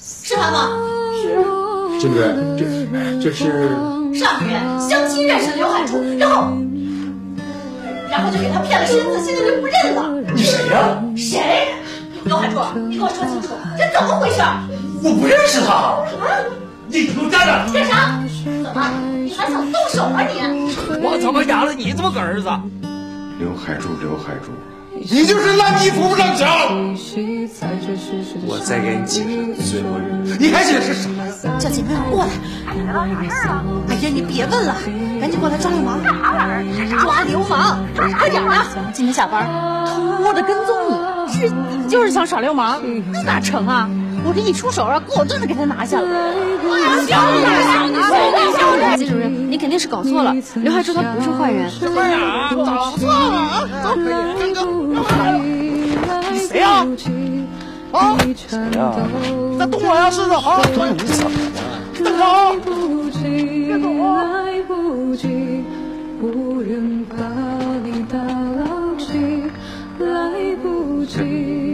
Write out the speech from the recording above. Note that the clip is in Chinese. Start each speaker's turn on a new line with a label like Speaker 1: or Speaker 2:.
Speaker 1: 是他吗？
Speaker 2: 这个这这是
Speaker 1: 上个月相亲认识了刘海柱，然后，然后就给他骗了身子，现在就不认了。
Speaker 2: 你谁呀、
Speaker 1: 谁？刘海柱，你给我说清楚，这怎么回事？啊
Speaker 2: 我不认识他。你给我站着！
Speaker 1: 干啥？怎么？你还想动手啊你？
Speaker 3: 我怎么养了你这么个儿子？
Speaker 4: 刘海柱，刘海柱，
Speaker 2: 你就是烂泥扶不上墙，
Speaker 3: 我再给你解释最后一遍，
Speaker 2: 你还解释啥呀？
Speaker 5: 小秦，过来！哎呀，你别问了，赶紧过来抓流氓！抓流氓！快点啊！今天下班偷摸的跟踪你，是你就是想耍流氓，那哪成啊？我这一出手啊，果断的给他拿下了。小冉啊，小冉，
Speaker 6: 季主任，你肯定是搞错了，刘海柱他不是坏人。
Speaker 3: 快点啊！
Speaker 5: 搞错了啊！走，大哥，你谁呀？啊！
Speaker 3: 再动我呀，试试好。
Speaker 7: 来不及。